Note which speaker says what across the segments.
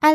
Speaker 1: 艾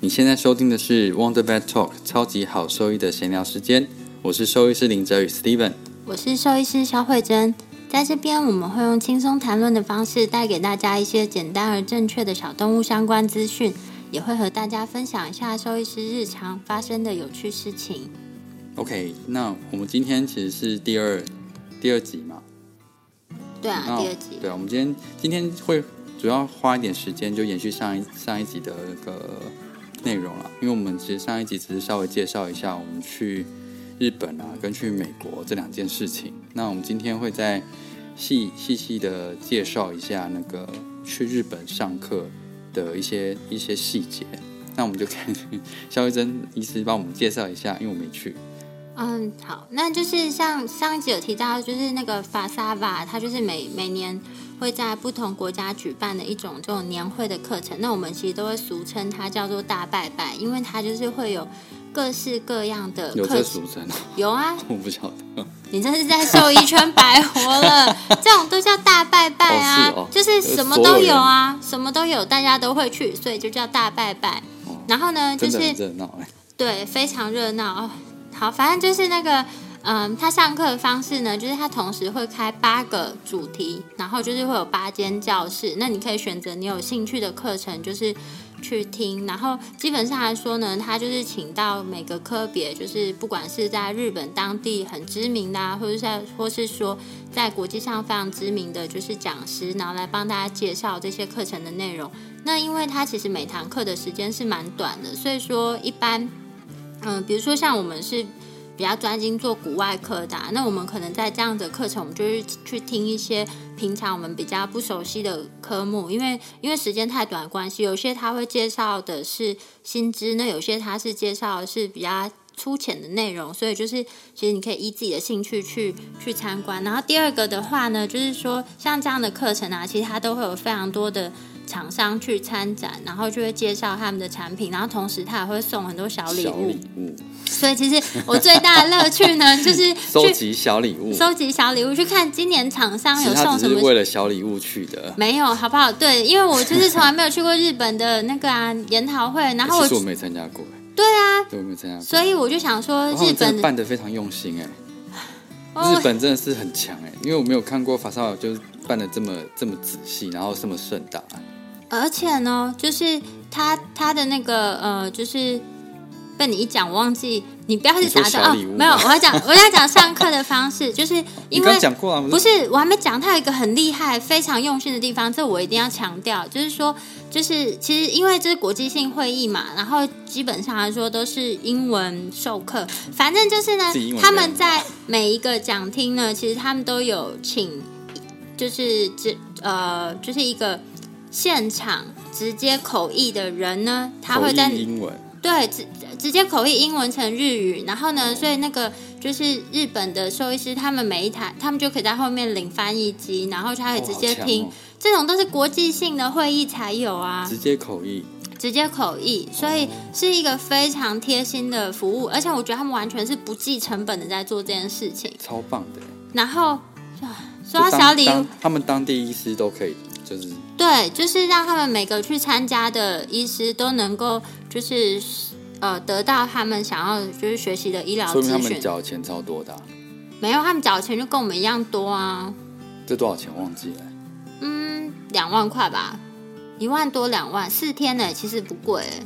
Speaker 2: 你现在收听的是 Wonder Vet Talk 超级好兽医的闲聊时间，我是兽医师林哲宇 Steven，
Speaker 1: 我是兽医师肖慧珍。在这边，我们会用轻松谈论的方式，带给大家一些简单而正确的小动物相关资讯，也会和大家分享一下兽医师日常发生的有趣事情。
Speaker 2: OK，那我们今天其实是第二第二集嘛？
Speaker 1: 对啊，第二集。
Speaker 2: 对啊，我们今天今天会主要花一点时间，就延续上一上一集的那个。内容啦，因为我们其实上一集只是稍微介绍一下我们去日本啊跟去美国这两件事情。那我们今天会再细细细的介绍一下那个去日本上课的一些一些细节。那我们就 看肖一珍医师帮我们介绍一下，因为我没去。
Speaker 1: 嗯，好，那就是像上一集有提到，就是那个法萨瓦，它就是每每年会在不同国家举办的一种这种年会的课程。那我们其实都会俗称它叫做大拜拜，因为它就是会有各式各样的
Speaker 2: 有
Speaker 1: 课
Speaker 2: 这俗称？
Speaker 1: 有啊，
Speaker 2: 我不晓得。
Speaker 1: 你真是在兽医圈白活了，这种都叫大拜拜啊，
Speaker 2: 哦是
Speaker 1: 就
Speaker 2: 哦
Speaker 1: 是什么都有啊，什么都有，大家都会去，所以就叫大拜拜。
Speaker 2: 哦
Speaker 1: 然后呢，就
Speaker 2: 真的
Speaker 1: 是
Speaker 2: 很热闹哎。
Speaker 1: 对，非常热闹哦。好，反正就是那个，嗯，他上课的方式呢，就是他同时会开八个主题，然后就是会有八间教室，那你可以选择你有兴趣的课程，就是去听。然后基本上来说呢，他就是请到每个科别，就是不管是在日本当地很知名的、啊，或者在或是说在国际上非常知名的就是讲师，然后来帮大家介绍这些课程的内容。那因为它其实每堂课的时间是蛮短的，所以说一般嗯，比如说像我们是比较专精做骨外科的啊、那我们可能在这样的课程，我们就是去听一些平常我们比较不熟悉的科目，因为因为时间太短的关系，有些他会介绍的是薪资，那有些他是介绍的是比较。粗浅的内容，所以就是其实你可以依自己的兴趣去去参观。然后第二个的话呢，就是说像这样的课程啊，其实它都会有非常多的厂商去参展，然后就会介绍他们的产品，然后同时他也会送很多小礼
Speaker 2: 小
Speaker 1: 物
Speaker 2: 礼。物，
Speaker 1: 所以其实我最大的乐趣 呢，就是
Speaker 2: 收
Speaker 1: 去
Speaker 2: 集小礼物，
Speaker 1: 收集小礼物，去看今年厂商
Speaker 2: 其
Speaker 1: 有
Speaker 2: 实他
Speaker 1: 送
Speaker 2: 只
Speaker 1: 什
Speaker 2: 是
Speaker 1: 么。
Speaker 2: 为了小礼物去的。
Speaker 1: 没有，好不好？对，因为我就是从来没有去过日本的那个啊研讨会，然后
Speaker 2: 其
Speaker 1: 我
Speaker 2: 实我没参加过哎。
Speaker 1: 对啊，
Speaker 2: 对，我没参加过。
Speaker 1: 所以我就想说
Speaker 2: 哇他
Speaker 1: 日本
Speaker 2: 们真的
Speaker 1: 的
Speaker 2: 哦办得非常用心哎、
Speaker 1: 哦
Speaker 2: 日本真的是很强哎、因为我没有看过法萨尔就是办的这么这么仔细，然后这么盛大。
Speaker 1: 而且呢，就是他他的那个呃，就是被你一讲，我忘记你不要去
Speaker 2: 你说
Speaker 1: 打断
Speaker 2: 小
Speaker 1: 哦
Speaker 2: 礼物，吗
Speaker 1: 没有，我要讲我要讲上课的方式，就是
Speaker 2: 你
Speaker 1: 因
Speaker 2: 刚
Speaker 1: 为
Speaker 2: 刚讲过啊，
Speaker 1: 不是，我还没讲，他有一个很厉害、非常用心的地方，这我一定要强调，就是说，就是其实因为这是国际性会议嘛，然后基本上来说都是英文授课，反正就是呢
Speaker 2: 自己英，文
Speaker 1: 他
Speaker 2: 没有
Speaker 1: 们在每一个讲厅呢，其实他们都有请，就是这呃，就是一个现场直接口译的人呢，他
Speaker 2: 口
Speaker 1: 会
Speaker 2: 译
Speaker 1: 在
Speaker 2: 英文，
Speaker 1: 对，直直接口译英文成日语，然后呢，所以那个就是日本的兽医师，他们每一台，他们就可以在后面领翻译机，然后他可以
Speaker 2: 哇
Speaker 1: 直接
Speaker 2: 好强
Speaker 1: 听，
Speaker 2: 哦
Speaker 1: 这种都是国际性的会议才有啊，
Speaker 2: 直哦接口译，
Speaker 1: 直接口译，所以是一个非常贴心的服务，而且我觉得他们完全是不计成本的在做这件事情。
Speaker 2: 超棒的、欸。
Speaker 1: 然后啊说到
Speaker 2: 就当
Speaker 1: 小礼物
Speaker 2: 当，他们当地医师都可以，就是
Speaker 1: 对，就是让他们每个去参加的医师都能够就是。呃，得到他们想要就是学习的医疗
Speaker 2: 说
Speaker 1: 资
Speaker 2: 明
Speaker 1: 讯，
Speaker 2: 他们缴的钱超多的啊、
Speaker 1: 没有，他们缴的钱就跟我们一样多啊，
Speaker 2: 这多少钱忘记了欸、
Speaker 1: 嗯，两万块吧，一万多两万，四天呢，其实不贵欸，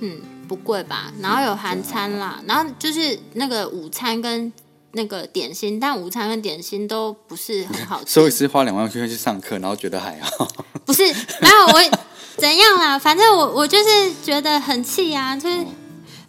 Speaker 1: 嗯，不贵吧？然后有含餐啦，然后就是那个午餐跟那个点心，但午餐跟点心都不是很好吃，
Speaker 2: 所以是花两万块去上课，然后觉得还好，
Speaker 1: 不是，没有我怎样啦？反正我我就是觉得很气啊，就是。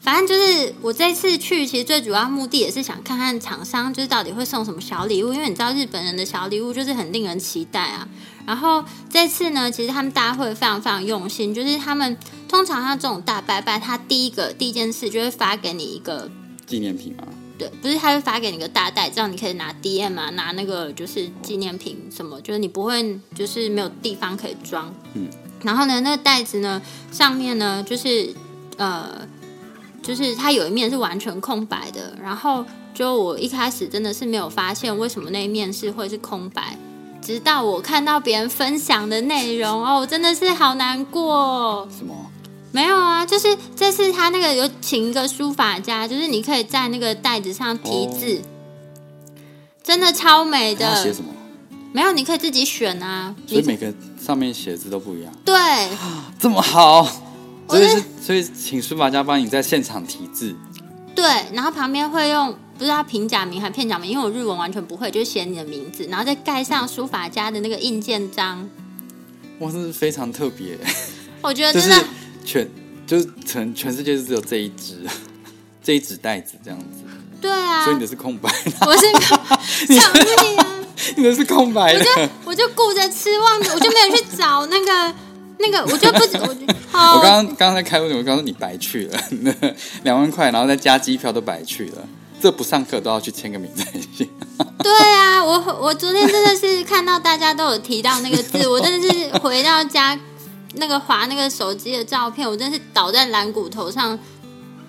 Speaker 1: 反正就是我这次去，其实最主要目的也是想看看厂商就是到底会送什么小礼物，因为你知道日本人的小礼物就是很令人期待啊。然后这次呢，其实他们大家会非常非常用心，就是他们通常他这种大拜拜，他第一个第一件事就会发给你一个，
Speaker 2: 纪念品嘛，
Speaker 1: 对，不是他会发给你一个大袋，这样你可以拿 DM 啊，拿那个就是纪念品什么，就是你不会就是没有地方可以装。
Speaker 2: 嗯，
Speaker 1: 然后呢，那个袋子呢上面呢就是呃，就是它有一面是完全空白的，然后就我一开始真的是没有发现为什么那一面是会是空白。直到我看到别人分享的内容哦，我真的是好难过、哦。
Speaker 2: 什么？
Speaker 1: 没有啊，就是这次他那个有请一个书法家，就是你可以在那个袋子上题字，真的超美
Speaker 2: 哦他要写
Speaker 1: 的。
Speaker 2: 什么？
Speaker 1: 没有，你可以自己选啊。
Speaker 2: 所以
Speaker 1: 你
Speaker 2: 每个上面写的字都不一样，
Speaker 1: 对，
Speaker 2: 这么好，
Speaker 1: 我
Speaker 2: 所以
Speaker 1: 觉得
Speaker 2: 是所以请书法家帮你在现场题字，
Speaker 1: 对，然后旁边会用不知道平假名还片假名，因为我日文完全不会，就写你的名字，然后再盖上书法家的那个印鉴章。
Speaker 2: 哇，这是非常特别，
Speaker 1: 我觉得
Speaker 2: 就
Speaker 1: 真
Speaker 2: 是
Speaker 1: 的，
Speaker 2: 全就是全全世界就只有这一只， 这一只袋子这样子，
Speaker 1: 对啊
Speaker 2: 所以，你的是空白 的，
Speaker 1: 我是奖励啊。
Speaker 2: 你的是空白的。
Speaker 1: 我就顾着吃，忘记我就没有去找那个那个，我就不知我就
Speaker 2: 我
Speaker 1: 好。
Speaker 2: 刚刚刚刚在开会，我刚说你白去了， 你的两万块，然后再加机票都白去了，这不上课都要去签个名才行。
Speaker 1: 对啊，我我昨天真的是看到大家都有提到那个字，我真的是回到家那个划那个手机的照片，我真的是倒在蓝骨头上，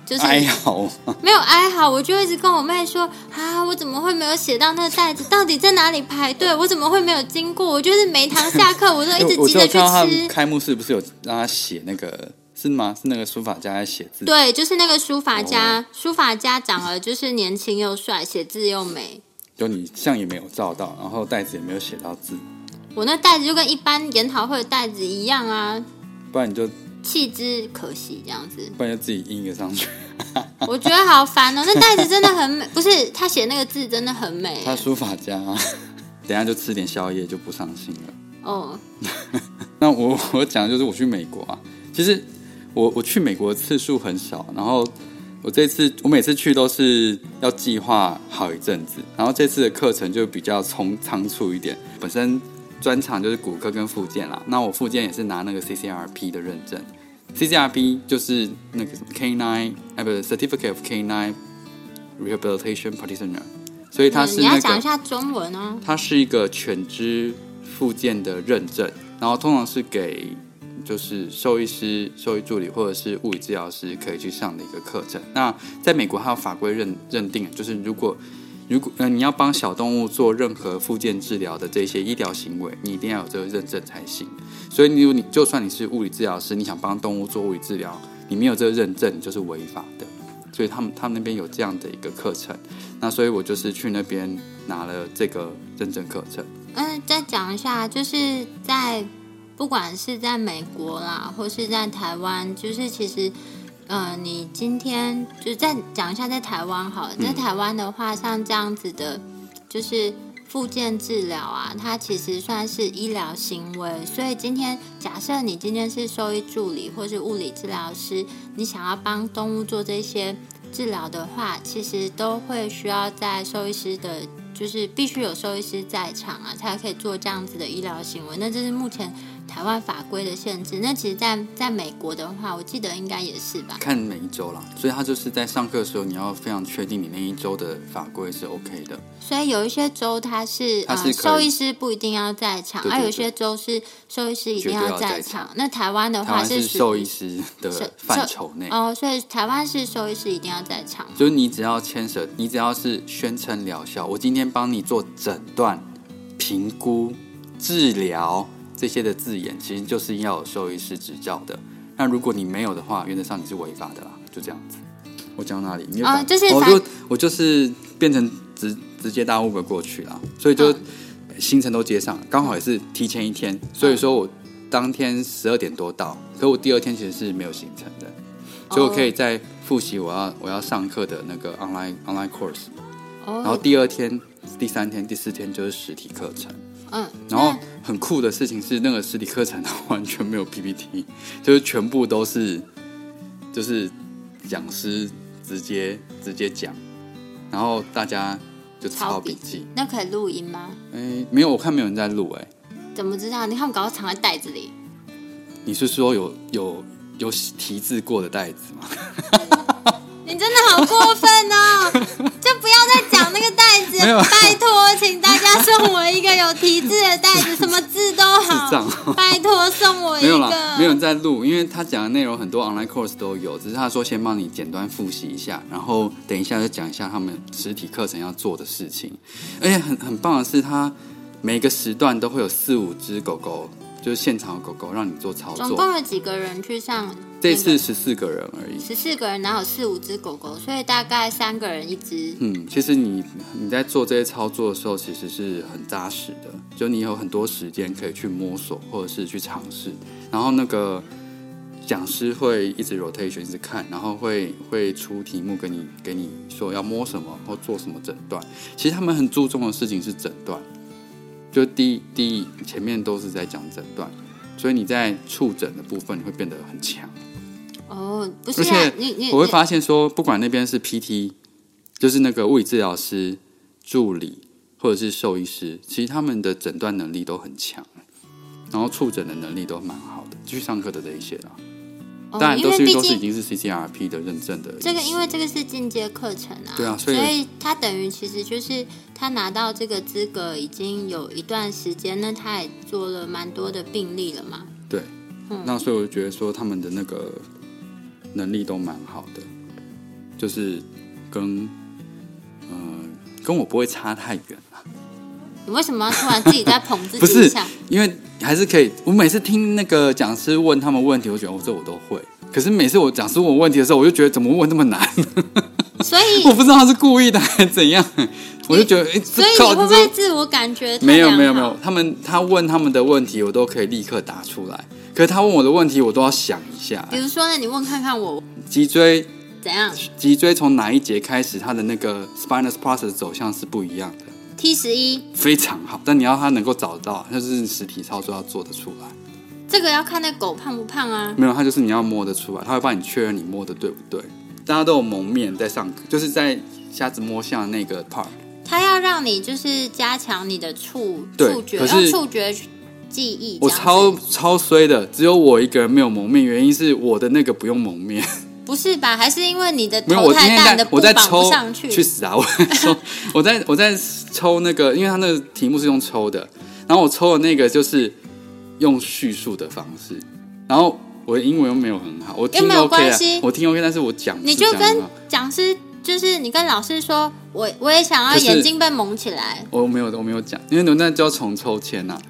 Speaker 1: 就是
Speaker 2: 哎呀，我
Speaker 1: 没有哀嚎，我就一直跟我妹说啊，我怎么会没有写到那个袋子？到底在哪里排队？我怎么会没有经过？我就是每堂下课，我都一直
Speaker 2: 哎我
Speaker 1: 急着
Speaker 2: 就看
Speaker 1: 去
Speaker 2: 到他
Speaker 1: 吃
Speaker 2: 们。开幕式不是有让他写那个是吗？是那个书法家在写字，
Speaker 1: 对，就是那个书法家，
Speaker 2: 哦
Speaker 1: 书法家长得就是年轻又帅，写字又美。
Speaker 2: 就你像也没有照到，然后袋子也没有写到字，
Speaker 1: 我那袋子就跟一般研讨会的袋子一样啊，
Speaker 2: 不然你就
Speaker 1: 弃之可惜这样子。
Speaker 2: 不然就自己印一个上去。
Speaker 1: 我觉得好烦哦，那袋子真的很美，不是他写那个字真的很美
Speaker 2: 他书法家、 啊，等一下就吃点宵夜就不伤心了。
Speaker 1: 哦。
Speaker 2: 那我我讲的就是我去美国啊，其实我我去美国的次数很少，然后我这次我每次去都是要计划好一阵子，然后这次的课程就比较从仓促一点，本身专长就是骨科跟附件啦，那我附件也是拿那个 CCRP 的认证，CCRP 就是那个 K9 哎不是 Certificate of K9 Rehabilitation Practitioner，所以它
Speaker 1: 嗯
Speaker 2: 是
Speaker 1: 你
Speaker 2: 那
Speaker 1: 要
Speaker 2: 个、
Speaker 1: 讲一下中文哦。
Speaker 2: 它是一个犬只附件的认证，然后通常是给就是兽医师、兽医助理或者是物理治疗师可以去上的一个课程。那在美国，它有法规认认定，啊就是如果如果呃你要帮小动物做任何附件治疗的这些医疗行为，你一定要有这个认证才行。所以你如你就算你是物理治疗师，你想帮动物做物理治疗，你没有这个认证，你就是违法的。所以他们他们那边有这样的一个课程，那所以我就是去那边拿了这个认证课程。
Speaker 1: 嗯，再讲一下，就是在不管是在美国啦，或是在台湾，就是其实，呃，你今天就再讲一下在台湾好了，在台湾的话，像这样子的，就是复健治疗啊，它其实算是医疗行为。所以今天假设你今天是兽医助理或是物理治疗师，你想要帮动物做这些治疗的话，其实都会需要在兽医师的，就是必须有兽医师在场啊，才可以做这样子的医疗行为。那这是目前台湾法规的限制。那其实在，在美国的话，我记得应该也是吧。
Speaker 2: 看每一周啦，所以他就是在上课的时候，你要非常确定你那一周的法规是 OK 的。
Speaker 1: 所以有一些州它是
Speaker 2: 它是可
Speaker 1: 呃
Speaker 2: 以
Speaker 1: 兽医师不一定要在场，
Speaker 2: 对对
Speaker 1: 而、有
Speaker 2: 对
Speaker 1: 一些州是兽医师一定
Speaker 2: 绝对要
Speaker 1: 在
Speaker 2: 在场
Speaker 1: 那台湾的
Speaker 2: 台
Speaker 1: 话
Speaker 2: 湾是
Speaker 1: 属于
Speaker 2: 兽医师的范畴内，
Speaker 1: 哦，所以台湾是兽医师一定要在场。
Speaker 2: 就是你只要牵涉，你只要是宣称疗效，我今天帮你做诊断、评估、治疗这些的字眼，其实就是要有兽医师执照的。那如果你没有的话，原则上你是违法的啦，就这样子。我讲到哪里？你
Speaker 1: 哦
Speaker 2: 把
Speaker 1: 就是
Speaker 2: 我
Speaker 1: 反
Speaker 2: 就我就是变成直直接大 Uber 过去啦，所以就
Speaker 1: 嗯
Speaker 2: 行程都接上了，刚好也是提前一天，所以说我当天十二点多到，可我第二天其实是没有行程的，
Speaker 1: 哦
Speaker 2: 所以我可以再复习我要我要上课的那个
Speaker 1: 嗯
Speaker 2: online online course，然后
Speaker 1: 哦，
Speaker 2: 第二天、第三天、第四天就是实体课程。
Speaker 1: 嗯，
Speaker 2: 然后很酷的事情是，那个实体课程它完全没有 PPT，就是全部都是就是讲师直接直接讲，然后大家就抄
Speaker 1: 抄
Speaker 2: 笔
Speaker 1: 笔
Speaker 2: 记
Speaker 1: 记。，那可以录音吗？
Speaker 2: 哎，没有，我看没有人在录哎。
Speaker 1: 怎么知道？你看我搞到藏在袋子里。
Speaker 2: 你是说有有有提字过的袋子吗？
Speaker 1: 你真的好过分 哦！就不要再讲那个袋子
Speaker 2: 没有，
Speaker 1: 拜托，请大家送我一个有题字的袋子，什么字都
Speaker 2: 智障
Speaker 1: 好，拜托送我一
Speaker 2: 没有
Speaker 1: 个
Speaker 2: 啦，。没有人在录，因为他讲的内容很多 online course 都有，只是他说先帮你简单复习一下，然后等一下就讲一下他们实体课程要做的事情。而且很很棒的是，他每个时段都会有四五只狗狗，就是现场的狗狗让你做操
Speaker 1: 总共
Speaker 2: 作。
Speaker 1: 有几个人去上？
Speaker 2: 这次十四个人而已。
Speaker 1: 十四个人，哪有四五只狗狗？所以大概三个人一只。
Speaker 2: 嗯，其实你你在做这些操作的时候，其实是很扎实的，就你有很多时间可以去摸索或者是去尝试。然后那个讲师会一直 rotation 一直看，然后会会出题目给你给你说要摸什么或做什么诊断。其实他们很注重的事情是诊断，就第一第一前面都是在讲诊断，所以你在触诊的部分你会变得很强。
Speaker 1: 哦，不是
Speaker 2: 而
Speaker 1: 啊
Speaker 2: 且，
Speaker 1: 你你
Speaker 2: 我会
Speaker 1: 你
Speaker 2: 发现说，不管那边是 PT，就是那个物理治疗师、助理或者是兽医师，其实他们的诊断能力都很强，然后触诊的能力都蛮好的。去上课的这一些啦，
Speaker 1: 哦
Speaker 2: 当然
Speaker 1: 因
Speaker 2: 都
Speaker 1: 为
Speaker 2: 是
Speaker 1: 毕
Speaker 2: 都是已
Speaker 1: 竟
Speaker 2: 经是 CCRP 的认证的医师。
Speaker 1: 这个，因为这个是进阶课程啊，
Speaker 2: 对啊
Speaker 1: 所
Speaker 2: 所以
Speaker 1: 以他等于其实就是他拿到这个资格已经有一段时间，那他也做了蛮多的病例了嘛。
Speaker 2: 对，
Speaker 1: 嗯
Speaker 2: 那所以我就觉得说他们的那个能力都蛮好的，就是跟嗯、呃跟我不会差太远。
Speaker 1: 你为什么要突然自己在捧自
Speaker 2: 不
Speaker 1: 己一
Speaker 2: 是
Speaker 1: 下？，
Speaker 2: 因为还是可以。我每次听那个讲师问他们问题，我觉得我、哦、这我都会。可是每次我讲师问我问题的时候，我就觉得怎么问那 么难，
Speaker 1: 所以
Speaker 2: 我不知道他是故意的还是怎样。我就觉得，哎，
Speaker 1: 所以
Speaker 2: 这
Speaker 1: 你会
Speaker 2: 靠
Speaker 1: 不会自我感觉太
Speaker 2: 没有没有
Speaker 1: 良
Speaker 2: 没
Speaker 1: 好
Speaker 2: 有，他们他问他们的问题，我都可以立刻答出来。可是他问我的问题，我都要想一下
Speaker 1: 比，如说呢，你问看看我
Speaker 2: 脊椎
Speaker 1: 怎样
Speaker 2: 脊椎从哪一节开始，它的那个 spinal process 走向是不一样的，
Speaker 1: T 十一，
Speaker 2: 非常好。但你要他能够找到，那就是实体操作要做得出来。
Speaker 1: 这个要看那狗胖不胖啊。
Speaker 2: 没有，它就是你要摸得出来，它会帮你确认你摸的对不对。大家都有蒙面在上课，就是在瞎子摸象那个 part。
Speaker 1: 它要让你就是加强你的触
Speaker 2: 对
Speaker 1: 触觉，
Speaker 2: 可
Speaker 1: 用
Speaker 2: 是
Speaker 1: 触觉记忆这
Speaker 2: 我
Speaker 1: 样子。
Speaker 2: 超超衰的，只有我一个人没有蒙面，原因是我的那个不用 蒙面。
Speaker 1: 不是吧？还是因为你的
Speaker 2: 没有，我
Speaker 1: 头
Speaker 2: 今
Speaker 1: 太
Speaker 2: 天
Speaker 1: 大，你的
Speaker 2: 在
Speaker 1: 布
Speaker 2: 我在
Speaker 1: 绑不
Speaker 2: 抽
Speaker 1: 上去。
Speaker 2: 去死啊！我在 抽，我在我在抽那个，因为他那个题目是用抽的，然后我抽的那个就是用叙述的方式，然后我的英文又没有很好，我
Speaker 1: 又
Speaker 2: 听
Speaker 1: 没有
Speaker 2: OK
Speaker 1: 关
Speaker 2: 啊
Speaker 1: 系，
Speaker 2: 我听 OK，但是我讲不
Speaker 1: 你
Speaker 2: 是
Speaker 1: 就
Speaker 2: 这样
Speaker 1: 跟
Speaker 2: 啊
Speaker 1: 讲师，就是你跟老师说，我我也想要
Speaker 2: 可是
Speaker 1: 眼睛被蒙起来。
Speaker 2: 我没有，我没有讲，因为那就要重抽签呐、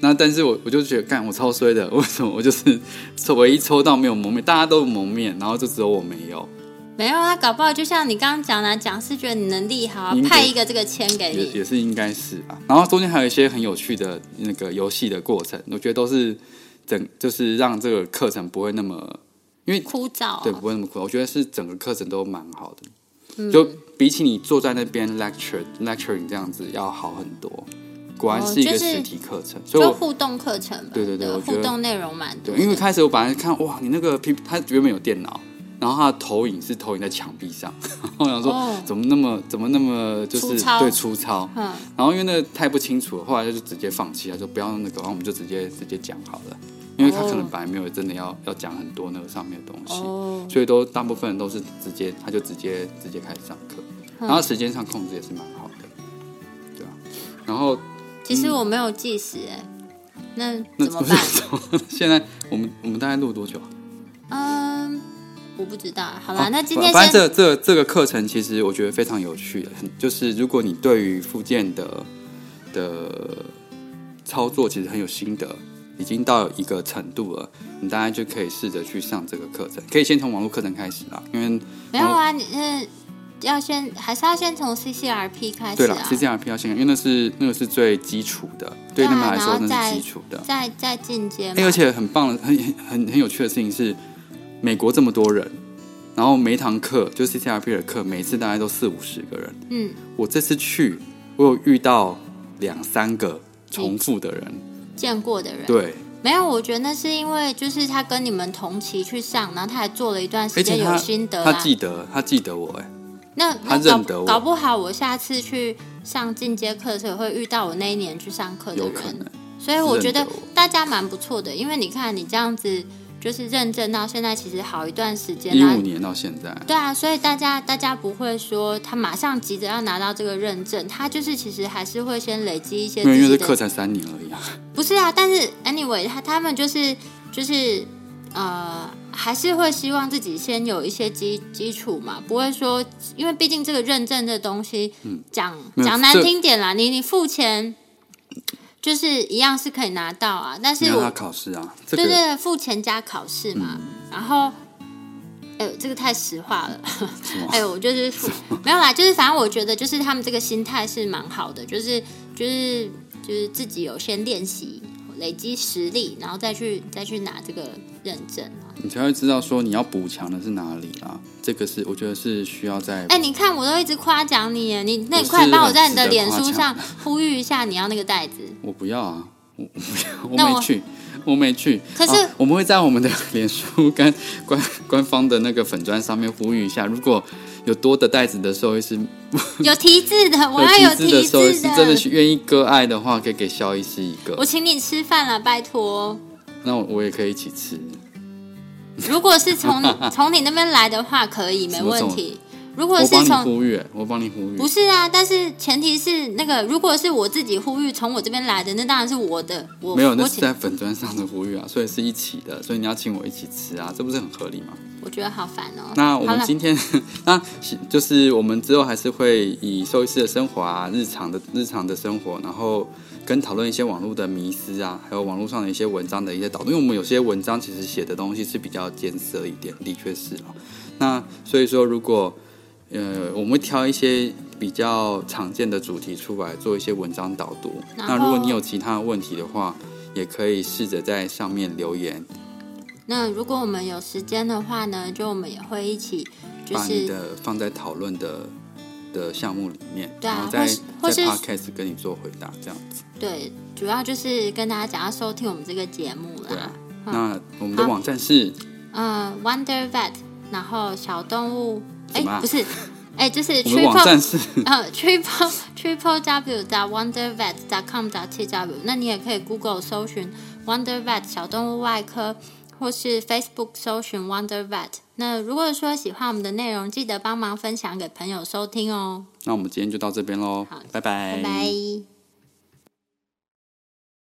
Speaker 2: 那但是我我就觉得，干我超衰的，为什么我就是抽唯一抽到没有蒙面，大家都有蒙面，然后就只有我没有，
Speaker 1: 没有啊，搞不好就像你刚刚讲的啊，讲师觉得你能力好啊
Speaker 2: 应，该
Speaker 1: 派一个这个签给
Speaker 2: 也
Speaker 1: 你。
Speaker 2: 也是应该是吧。然后中间还有一些很有趣的那个游戏的过程，我觉得都是整就是让这个课程不会那么，因为
Speaker 1: 枯燥、
Speaker 2: 对
Speaker 1: 哦，
Speaker 2: 不会那么苦，我觉得是整个课程都蛮好
Speaker 1: 嗯
Speaker 2: 的，就比起你坐在那边 lecture lecturing 这样子要好很多。果然
Speaker 1: 哦
Speaker 2: 是一
Speaker 1: 就
Speaker 2: 个
Speaker 1: 是
Speaker 2: 实体课程，所以
Speaker 1: 就
Speaker 2: 我
Speaker 1: 互动课程嘛。
Speaker 2: 对对对我觉
Speaker 1: 互
Speaker 2: 得
Speaker 1: 动内容蛮多
Speaker 2: 对，
Speaker 1: 的。
Speaker 2: 因为开始我本来看哇，你那个 P，他原本有电脑，然后他的投影是投影在墙壁上， 然后我想说、
Speaker 1: 哦
Speaker 2: 怎么那么怎么那么就是
Speaker 1: 粗糙
Speaker 2: 对粗糙，
Speaker 1: 嗯
Speaker 2: 然后因为那个太不清楚了，后来他就直接放弃，他说不要那个，然后我们就直接直接讲好了，因为他可能
Speaker 1: 哦
Speaker 2: 本来没有真的要要讲很多那个上面的东西，
Speaker 1: 哦，
Speaker 2: 所以都大部分人都是直接他就直接直接开始上课，
Speaker 1: 嗯
Speaker 2: 然后时间上控制也是蛮好的，对啊，然后
Speaker 1: 其实我没有计时哎、那
Speaker 2: 嗯那
Speaker 1: 怎么
Speaker 2: 不
Speaker 1: 办？
Speaker 2: 是现在我们我们大概录多久啊？
Speaker 1: 嗯，我不知道。好啦，
Speaker 2: 好
Speaker 1: 啊那今天
Speaker 2: 反反
Speaker 1: 先
Speaker 2: 正这这这个课程其实我觉得非常有趣的，很就是如果你对于复健的的操作其实很有心得，已经到一个程度了，你大概就可以试着去上这个课程，可以先从网络课程开始啦，因为
Speaker 1: 没有啊，你嗯，要先还是要先从 CCRP 开始
Speaker 2: 对了
Speaker 1: 啊，
Speaker 2: ，CCRP 要先，因为那是那个是最基础的，
Speaker 1: 对
Speaker 2: 对
Speaker 1: 啊
Speaker 2: 他们来
Speaker 1: 然
Speaker 2: 说
Speaker 1: 后
Speaker 2: 那
Speaker 1: 再
Speaker 2: 是基础的，
Speaker 1: 再再进阶嘛。
Speaker 2: 哎、而且很棒的、很很很有趣的事情是，美国这么多人，然后每一堂课就 CCRP 的课，每次大概都四五十个人。
Speaker 1: 嗯，
Speaker 2: 我这次去，我有遇到两三个重复的人。
Speaker 1: 见过的人，
Speaker 2: 对，
Speaker 1: 没有，我觉得那是因为就是他跟你们同期去上，然后他还做了一段时
Speaker 2: 而且
Speaker 1: 间
Speaker 2: 他
Speaker 1: 有心得
Speaker 2: 他
Speaker 1: 啊。
Speaker 2: 记得他记得我哎、
Speaker 1: 那
Speaker 2: 他
Speaker 1: 那搞
Speaker 2: 认得我
Speaker 1: 搞不好我下次去上进阶课的时候会遇到我那一年去上课的
Speaker 2: 有可能
Speaker 1: 人，所以我觉得
Speaker 2: 认得我
Speaker 1: 大家蛮不错的，因为你看你这样子。就是认证到现在，其实好一段时间
Speaker 2: 一
Speaker 1: 啦
Speaker 2: 五。年到现在，
Speaker 1: 对啊，所以大家大家不会说他马上急着要拿到这个认证，他就是其实还是会先累积一些
Speaker 2: 没有，因
Speaker 1: 自
Speaker 2: 为
Speaker 1: 己
Speaker 2: 这课
Speaker 1: 的。
Speaker 2: 才三年而已啊。
Speaker 1: 不是啊，但是 anyway，他他们就是就是呃，还是会希望自己先有一些基基础嘛，不会说，因为毕竟这个认证的东西，讲
Speaker 2: 嗯没有
Speaker 1: 讲难
Speaker 2: 这
Speaker 1: 听点啦，你你付钱就是一样是可以拿到啊，但
Speaker 2: 你
Speaker 1: 是
Speaker 2: 让
Speaker 1: 我
Speaker 2: 他考试啊，这
Speaker 1: 对对
Speaker 2: 个
Speaker 1: 对，付钱加考试嘛。
Speaker 2: 嗯
Speaker 1: 然后，哎呦，这个太实话了。
Speaker 2: 么
Speaker 1: 哎呦，我就是付没有啦，就是反正我觉得就是他们这个心态是蛮好的，就是就是就是自己有先练习，累积实力，然后再去再去拿这个认证啊。
Speaker 2: 你才会知道说你要补强的是哪里啦。这个是我觉得是需要在
Speaker 1: 哎，你看我都一直夸奖你耶，你那你
Speaker 2: 我
Speaker 1: 快
Speaker 2: 是
Speaker 1: 帮我
Speaker 2: 很
Speaker 1: 在
Speaker 2: 值
Speaker 1: 你的
Speaker 2: 得
Speaker 1: 脸
Speaker 2: 夸
Speaker 1: 书
Speaker 2: 奖
Speaker 1: 上呼吁一下，你要那个袋 子。
Speaker 2: 我不要啊，我 我不
Speaker 1: 那
Speaker 2: 要，我
Speaker 1: 我
Speaker 2: 没去，我没去。
Speaker 1: 可是
Speaker 2: 啊我们会在我们的 脸书跟官官方的那个粉砖上面呼吁一下，如果有多的袋子的兽医师，
Speaker 1: 有题字的，我要
Speaker 2: 有
Speaker 1: 有
Speaker 2: 机制的
Speaker 1: 题
Speaker 2: 兽医
Speaker 1: 字
Speaker 2: 师真的是愿意割爱的话，可以给肖医师一
Speaker 1: 我
Speaker 2: 个，
Speaker 1: 请你吃饭了，拜托。
Speaker 2: 那我也可以一起吃。
Speaker 1: 如果是从 从你那边来的话，可以没
Speaker 2: 什么
Speaker 1: 问
Speaker 2: 种
Speaker 1: 题。如果
Speaker 2: 我帮
Speaker 1: 是
Speaker 2: 你
Speaker 1: 从
Speaker 2: 呼吁，欸我帮你呼吁
Speaker 1: 不。是啊，但是前提是那个，如果是我自己呼吁从我这边来的，那当然是我的，我
Speaker 2: 没有，那
Speaker 1: 我
Speaker 2: 是
Speaker 1: 请
Speaker 2: 在粉砖上的呼吁啊，所以是一起的，所以你要请我一起吃啊，这不是很合理吗？
Speaker 1: 我觉得好烦哦。
Speaker 2: 那我
Speaker 1: 好
Speaker 2: 们
Speaker 1: 了，
Speaker 2: 今天， 那是就是我们之后还是会以兽医师的生活啊，日常的日常的生活，然后跟讨论一些网络的迷思啊，还有网络上的一些文章的一些导读，因为我们有些文章其实写的东西是比较艰涩一点，的确是啊。那所以说，如果呃，我们会挑一些比较常见的主题出来做一些文章导读。
Speaker 1: 然
Speaker 2: 那如果
Speaker 1: 后
Speaker 2: 你有其他的问题的话，也可以试着在上面留言，
Speaker 1: 那如果我们有时间的话呢，就我们也会一起，就
Speaker 2: 把你
Speaker 1: 是
Speaker 2: 的放在讨论的的项目里面，
Speaker 1: 对啊
Speaker 2: 然后
Speaker 1: 或
Speaker 2: 再
Speaker 1: 是或
Speaker 2: 在
Speaker 1: 是
Speaker 2: podcast 跟你做回答，这样子。
Speaker 1: 对，主要就是跟大家讲要收听我们这个节目
Speaker 2: 对
Speaker 1: 啦
Speaker 2: 啊。那我们的
Speaker 1: 好
Speaker 2: 网站是
Speaker 1: 嗯，Wonder Vet，然后小动物，哎
Speaker 2: 什么啊，
Speaker 1: 不是，哎，就是
Speaker 2: 我们的网
Speaker 1: Triple
Speaker 2: 站是
Speaker 1: 呃，triple triple w dot wonder vet dot com dot t w，那你也可以 Google 搜寻 Wonder Vet 小动物外科，或是 Facebook 搜寻 Wonder Vet。那如果说喜欢我们的内容，记得帮忙分享给朋友收听哦。
Speaker 2: 那我们今天就到这边喽
Speaker 1: 好，
Speaker 2: 拜
Speaker 1: 拜拜。